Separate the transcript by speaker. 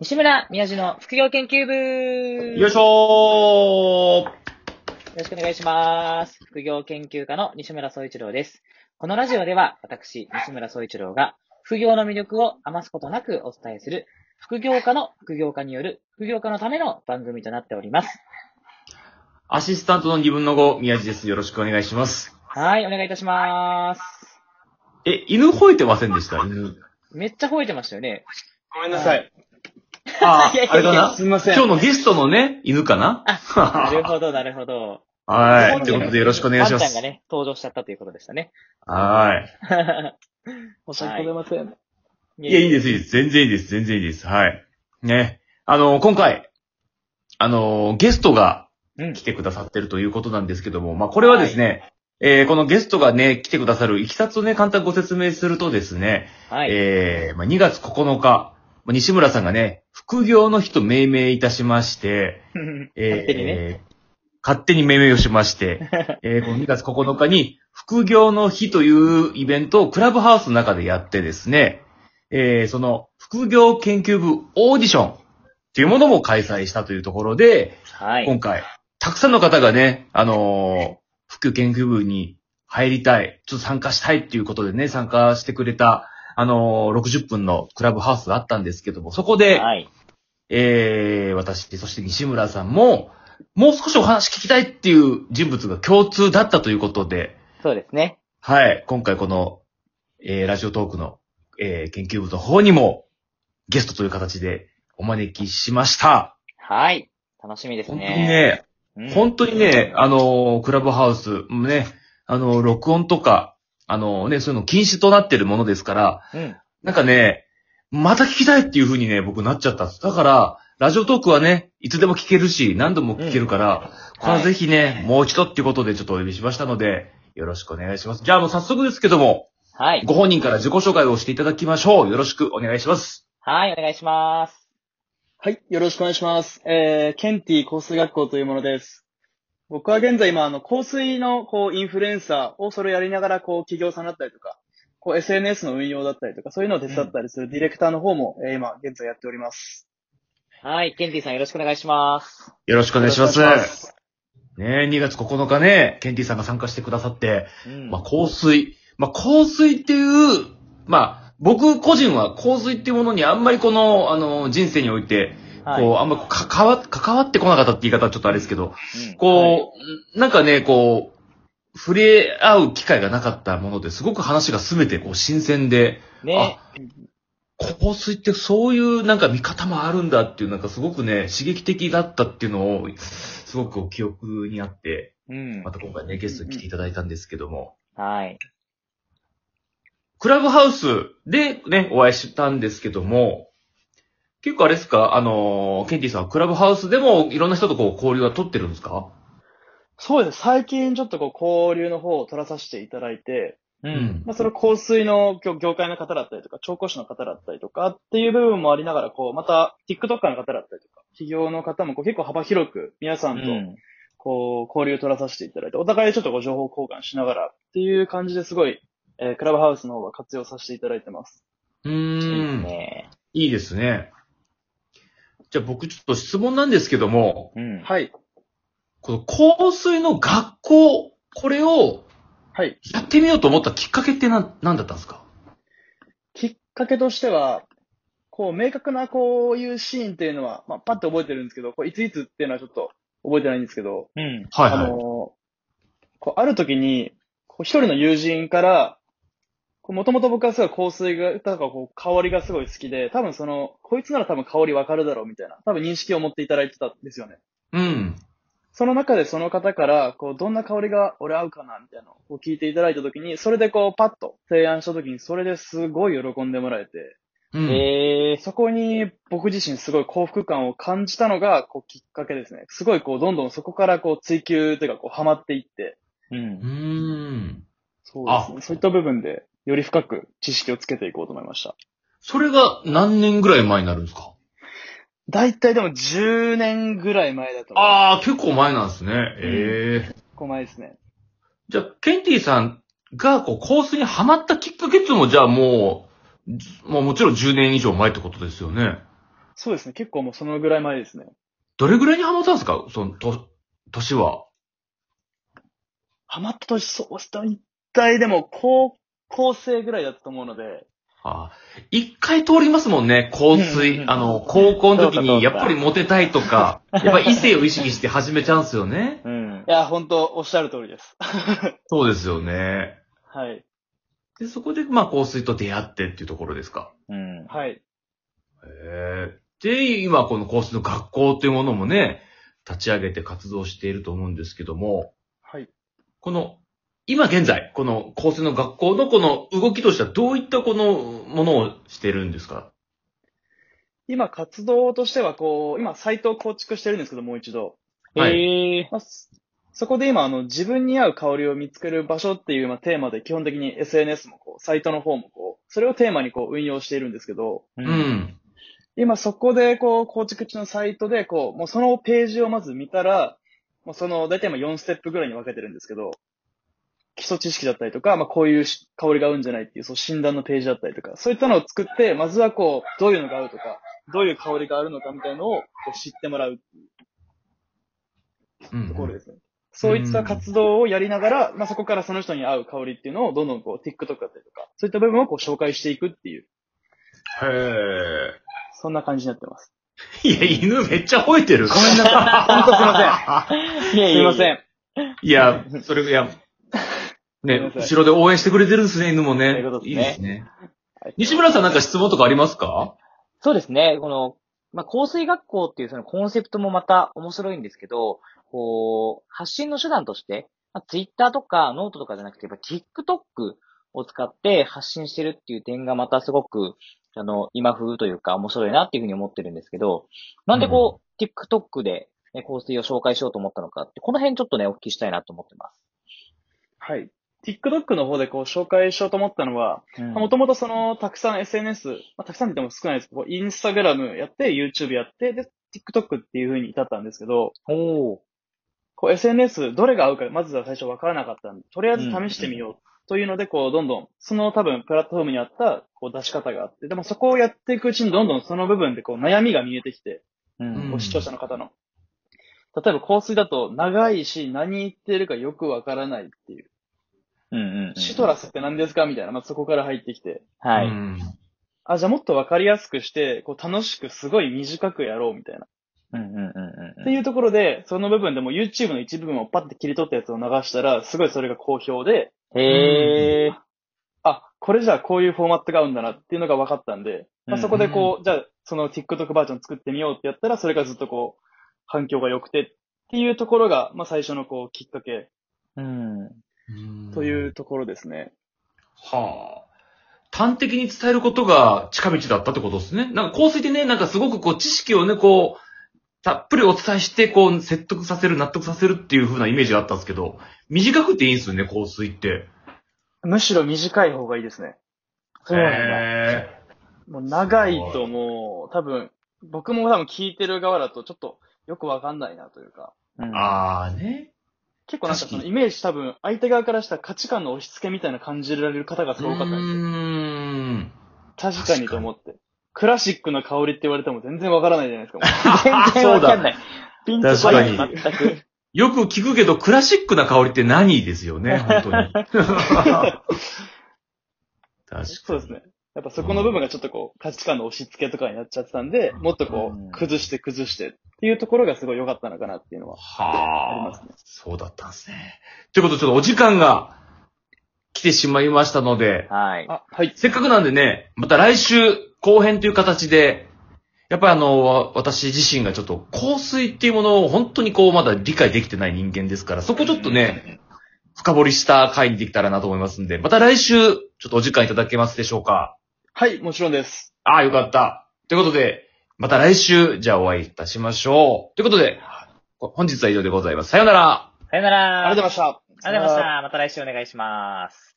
Speaker 1: 西村宮治の副業研究部
Speaker 2: よいしょー
Speaker 1: よろしくお願いします。副業研究家の西村総一郎です。このラジオでは私、西村総一郎が副業の魅力を余すことなくお伝えする副業家の副業家による副業家のための番組となっております。
Speaker 2: アシスタントの2分の5、宮地です。よろしくお願いします。
Speaker 1: はい、お願いいたします。
Speaker 2: え、犬吠えてませんでした犬。
Speaker 1: めっちゃ吠えてましたよね。
Speaker 3: ごめんなさい。
Speaker 2: あ
Speaker 1: いやいやいや
Speaker 2: あ、あれかな
Speaker 3: すいません。
Speaker 2: 今日のゲストのね、犬かな
Speaker 1: なるほど、なるほど。
Speaker 2: はい。ということでよろしくお願いし
Speaker 1: ワ
Speaker 2: ま
Speaker 1: ンちゃん
Speaker 2: す
Speaker 1: が。ね、登場しちゃったということでしたね。。
Speaker 2: は
Speaker 3: 申し訳ございません。
Speaker 2: い。いや、いいですす、いいです。全然いいです、全然いいです。はい。ね。あの、今回、あの、ゲストが
Speaker 1: うん
Speaker 2: 来。てくださってるということなんですけども、まあ、これはですね、えーこのゲストがね、来てくださるいきさつをね、簡単にご説明するとですね、
Speaker 1: はい。
Speaker 2: えーまあ、2月9日、まあ西村さんがね、副業の日と命名いたしまして、えー
Speaker 1: 勝手にね。
Speaker 2: 勝手に命名をし まして、えーこの2月9日に、副業の日というイベントをクラブハウスの中でやってですね、えーその、副業研究部オーディションというものも開催したというところで、
Speaker 1: はい。
Speaker 2: 今回、たくさんの方がね、あのー副研究部に入りたい、ちょっと参加したいっていうことでね、参加してくれた、あのー60分のクラブハウスがあったんですけども、そこで、
Speaker 1: はい。
Speaker 2: えー私、そして西村さんも、もう少しお話聞きたいっていう人物が共通だったということで、
Speaker 1: そうですね。
Speaker 2: はい、今回この、えーラジオトークの、えー研究部の方にも、ゲストという形でお招きしました。
Speaker 1: はい。楽しみです
Speaker 2: 本当に
Speaker 1: ね。
Speaker 2: ね、本当にね、あのークラブハウス、ね、あのー録音とか、あのーね、そういうの禁止となってるものですから、
Speaker 1: うん。うん。
Speaker 2: なんかね、また聞きたいっていう風にね、僕なっちゃったんです。だから、ラジオトークはね、いつでも聞けるし、何度も聞けるから、これはぜひね、もう一度っていうことでちょっとお呼びしましたので、よろしくお願いします。じゃあもう早速ですけども、
Speaker 1: はい。
Speaker 2: ご本人から自己紹介をしていただきましょう。よろしくお願いします。
Speaker 1: はい、お願いします。
Speaker 3: はい、よろしくお願いします。えー、ケンティ香水学校というものです。僕は現在今、あの、香水の、こう、インフルエンサーをそれをやりながら、こう、企業さんだったりとか、こう、SNS の運用だったりとか、そういうのを手伝ったりするディレクターの方も、えー今、現在やっております。
Speaker 1: はい。ケンティさんよろしくお願いします。
Speaker 2: よろしくお願いします。
Speaker 3: よろくお願い
Speaker 2: ね
Speaker 3: します
Speaker 2: え2月9日ね、ケンティさんが参加してくださって、
Speaker 1: うん。
Speaker 2: まあ、香水。まあ、香水っていう、まあ、僕個人は香水っていうものにあんまりこの、あの、人生において、
Speaker 1: はい。
Speaker 2: こう、あんまり関わ、関わってこなかったって言い方はちょっとあれですけど、
Speaker 1: うん
Speaker 2: こう、なんかね、こう、触れ合う機会がなかったものですごく話がすべてこう新鮮で、
Speaker 1: ね。
Speaker 2: あ、香水ってそういうなんか見方もあるんだっていう、なんかすごくね、刺激的だったっていうのを、すごく記憶にあって、
Speaker 1: うん
Speaker 2: ま。た今回ね、ゲストに来ていただいたんですけども、
Speaker 1: はい。
Speaker 2: クラブハウスでね、お会いしたんですけども、結構あれですかあのー、ケンティさんはクラブハウスでもいろんな人とこう交流は取ってるんですか
Speaker 3: そうです。最近ちょっとこう、交流の方を取らさせていただいて、
Speaker 1: う。。
Speaker 2: うん
Speaker 3: まあ、その香水の業業界の方だったりとか、調香師の方だったりとかっていう部分もありながら、こう、また、TikToker の方だったりとか、企業の方もこう結構幅広く皆さ
Speaker 1: うん
Speaker 3: と、
Speaker 1: ん。
Speaker 3: こう、交流を取らさせていただいて、お互いでちょっとご情報交換しながらっていう感じですごい、えークラブハウスの方は活用させていただいてます。
Speaker 2: う
Speaker 1: いいです
Speaker 2: ーん。
Speaker 1: ね。
Speaker 2: いいですね。じゃあ僕ちょっと質問なんですけども、
Speaker 1: うん。
Speaker 3: はい。
Speaker 2: この香水の学校、これを
Speaker 3: はい。
Speaker 2: やってみようと思ったきっかけってなん、なんだったんですか
Speaker 3: きっかけとしては、こう、明確なこういうシーンっていうのは、まあ、パッと覚えてるんですけど、こう、いついつっていうのはちょっと覚えてないんですけど、
Speaker 1: うん。
Speaker 2: はい
Speaker 3: あ
Speaker 2: はい。
Speaker 3: のーこう、ある時に、こう一人の友人から、もともと僕はすごい香水が、だからこう香りがすごい好きで、多分その、こいつなら多分香りわかるだろうみたいな、多分認識を持っていただいてたんですよね。
Speaker 2: うん。
Speaker 3: その中でその方から、こう、どんな香りが俺合うかなみたいなのを聞いていただいた時に、それでこう、パッと提案した時に、それですごい喜んでもらえて、
Speaker 2: うん。
Speaker 1: えー、
Speaker 3: そこに僕自身すごい幸福感を感じたのが、こう、きっかけですね。すごいこう、どんどんそこからこう、追求というか、こう、ハマっていって、
Speaker 1: う。
Speaker 2: うんーん。
Speaker 3: そうですね。そういった部分で、より深く知識をつけていこうと思いました。
Speaker 2: それが何年ぐらい前になるんですか
Speaker 3: だいたいでも10年ぐらい前だと思う。
Speaker 2: ああ、結構前なんですね。ええ
Speaker 3: 結構前ですね。
Speaker 2: じゃあ、ケンティさんが、こう、香水にハマったきっかけっていうのも、じゃあもう、じもうもちろん10年以上前ってことですよね。
Speaker 3: そうですね。結構もうそのぐらい前ですね。
Speaker 2: どれぐらいにハマったんですかその、と、年は。
Speaker 3: ハマった年、そうした、一体でも高校生ぐらいだったと思うので、
Speaker 2: あー一回通りますもんね、香
Speaker 3: うんうんう
Speaker 2: 水。
Speaker 3: ん
Speaker 2: あの、高校の時
Speaker 1: そうだそう
Speaker 2: に、
Speaker 1: だ
Speaker 2: やっぱりモテたいとか、やっぱ異性を意識して始めちゃうんですよね。
Speaker 1: うん
Speaker 3: い。や、本当おっしゃる通りです。
Speaker 2: そうですよね。
Speaker 3: はい。
Speaker 2: で、そこで、まあ、香水と出会ってっていうところですか。
Speaker 1: うん。
Speaker 3: はい。
Speaker 2: へえ。で、今、この香水の学校っていうものもね、立ち上げて活動していると思うんですけども、
Speaker 3: はい。
Speaker 2: この、今現在、この香水の学校のこの動きとしては、どういったこのものをしてるんですか
Speaker 3: 今活動としては、こう、今サイトを構築してるんですけど、もう一度。
Speaker 2: はい。
Speaker 1: え
Speaker 3: まあ、そそこで今、あの、自分に合う香りを見つける場所っていう、まあ、テーマで、基本的に SNS もこう、サイトの方もこう、それをテーマにこう、運用しているんですけど、
Speaker 1: ー。う
Speaker 2: う。ん。
Speaker 3: 今そこでこう、構築中のサイトで、こう、もうそのページをまず見たら、もうその、だいたい今4ステップぐらいに分けてるんですけど、基礎知識だったりとか、まあ、こういうし香りが合うんじゃないっていう、そう診断のページだったりとか、そういったのを作って、まずはこう、どういうのが合うとか、どういう香りがあるのかみたいのをこう知ってもらう
Speaker 2: うん
Speaker 3: ところですね。そういった活動をやりながら、まあ、そこからその人に合う香りっていうのをどんどんこう TikTok だったりとか、そういった部分をこう紹介していくっていう、
Speaker 2: へえ。
Speaker 3: そんな感じになってます。
Speaker 2: いや、犬めっちゃ吠え てる。
Speaker 3: ごめんなさい。ほんとすいま
Speaker 1: いや
Speaker 3: せん。
Speaker 1: い
Speaker 3: すい
Speaker 1: や
Speaker 3: ません。
Speaker 2: いや、それ、いや、
Speaker 3: ごめん
Speaker 2: ね、
Speaker 3: なさい
Speaker 2: 後ろで応援してくれてるんですね、犬も
Speaker 3: そう
Speaker 2: ね
Speaker 3: いうこ。と
Speaker 2: い
Speaker 3: で
Speaker 2: い
Speaker 3: すね
Speaker 2: ですね
Speaker 3: はい。
Speaker 2: 西村さんなんか質問とかありますか
Speaker 1: そうですね。この、まあ、香水学校っていうそのコンセプトもまた面白いんですけど、こう、発信の手段として、まあ、Twitter とかノートとかじゃなくて、やっぱ TikTok を使って発信してるっていう点がまたすごく、あの、今風というか面白いなっていうふうに思ってるんですけど、なんでこう、TikTok で、ね、香水を紹介しようと思ったのかって、この辺ちょっとね、お聞きしたいなと思ってます。
Speaker 3: はい。TikTok の方でこう紹介しようと思ったのは、
Speaker 1: うん
Speaker 3: もともとその、たくさん SNS、まあ、たくさんって言っても少ないですけど、インスタグラムやって、YouTube やって、で、TikTok っていう風に至ったんですけど、
Speaker 1: おー
Speaker 3: こう SNS どれが合うか、まずは最初分からなかったんで、とりあえず試してみようというので、こう、どんどん、その多分プラットフォームにあった、こう出し方があって、でもそこをやっていくうちにどんどんその部分でこう悩みが見えてきて、
Speaker 1: う
Speaker 2: うん
Speaker 1: ん。
Speaker 3: こう視聴者の方の。例えば香水だと長いし、何言ってるかよくわからないっていう。
Speaker 1: うんうんうん。
Speaker 3: シトラスって何ですかみたいな、まあ、そこから入ってきて。
Speaker 1: は
Speaker 2: う
Speaker 1: い。
Speaker 2: ん
Speaker 3: あ、じゃあもっとわかりやすくして、こう楽しくすごい短くやろうみたいな。
Speaker 1: うんうんうんうんうん。
Speaker 3: っていうところで、その部分でも YouTube の一部分をパッて切り取ったやつを流したら、すごいそれが好評で、
Speaker 1: へー。
Speaker 3: あ、これじゃあこういうフォーマットが合うんだなっていうのが分かったんで、まあ、そこでこう、じゃあその TikTok バージョン作ってみようってやったら、それがずっとこう、反響が良くてっていうところが、まあ最初のこう、きっかけ
Speaker 1: うん。
Speaker 3: という。ところですね。
Speaker 2: はあ。端的に伝えることが近道だったってことですね。なんか香水ってね、なんかすごくこう知識をね、こう、たっぷりお伝えして、こう、説得させる、納得させるっていう風なイメージがあったんですけど、短くていいんですよね、香水って。
Speaker 3: むしろ短い方がいいですね。
Speaker 1: そうなんだ。
Speaker 2: へ
Speaker 3: もう長いともう、多分、僕も多分聞いてる側だとちょっとよくわかんないなというか、
Speaker 1: うん
Speaker 2: え。あーね。
Speaker 3: 結構なんかそ
Speaker 2: 確
Speaker 3: の
Speaker 2: かに
Speaker 3: イメージ多分、相手側からしたら価値観の押し付けみたいな感じられる方がすごかったんですよ。
Speaker 2: うーん。
Speaker 3: 確かにと思って。クラシックの香りって言われても全然わからないじゃない ですか。もう
Speaker 1: 全然わかんない。
Speaker 3: ピン
Speaker 2: 確かに
Speaker 3: こない全く。
Speaker 2: よく聞くけど、クラシックな香りって何ですよ ね、本当に。確かに。
Speaker 3: そうですね。やっぱそこの部分がちょっとこう、価値観の押し付けとかになっちゃってたんで、もっとこ
Speaker 1: うん
Speaker 3: う、崩して崩してっていうところがすごい良かったのかなっていうのはあり
Speaker 2: は
Speaker 3: ま
Speaker 2: あ
Speaker 3: す。ね。
Speaker 2: そうだったんですね。ということで、ちょっとお時間が来てしまいましたので、
Speaker 1: はい。
Speaker 3: あ、はい。
Speaker 2: せっかくなんでね、また来週後編という形で、やっぱりあの、わ私自身がちょっと香水っていうものを本当にこうまだ理解できてない人間ですから、そこちょっとね、深掘りした回にできたらなと思いますんで、また来週ちょっとお時間いただけますでしょうか。
Speaker 3: はい、もちろんです。
Speaker 2: ああ、よかった。ということで、また来週、じゃあお会いいたしましょう。ということで、こ本日は以上でございます。さようなら。
Speaker 1: さよなら。
Speaker 3: ありがとうございました。
Speaker 1: ありがとうございました。また来週お願いします。